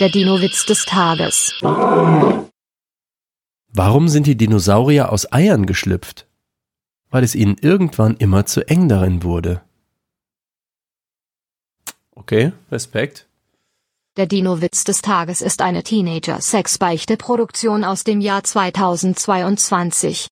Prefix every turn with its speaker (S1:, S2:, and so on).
S1: Der Dino-Witz des Tages.
S2: Warum sind die Dinosaurier aus Eiern geschlüpft? Weil es ihnen irgendwann immer zu eng darin wurde. Okay, Respekt.
S1: Der Dino-Witz des Tages ist eine Teenager-Sex-Beichte-Produktion aus dem Jahr 2022.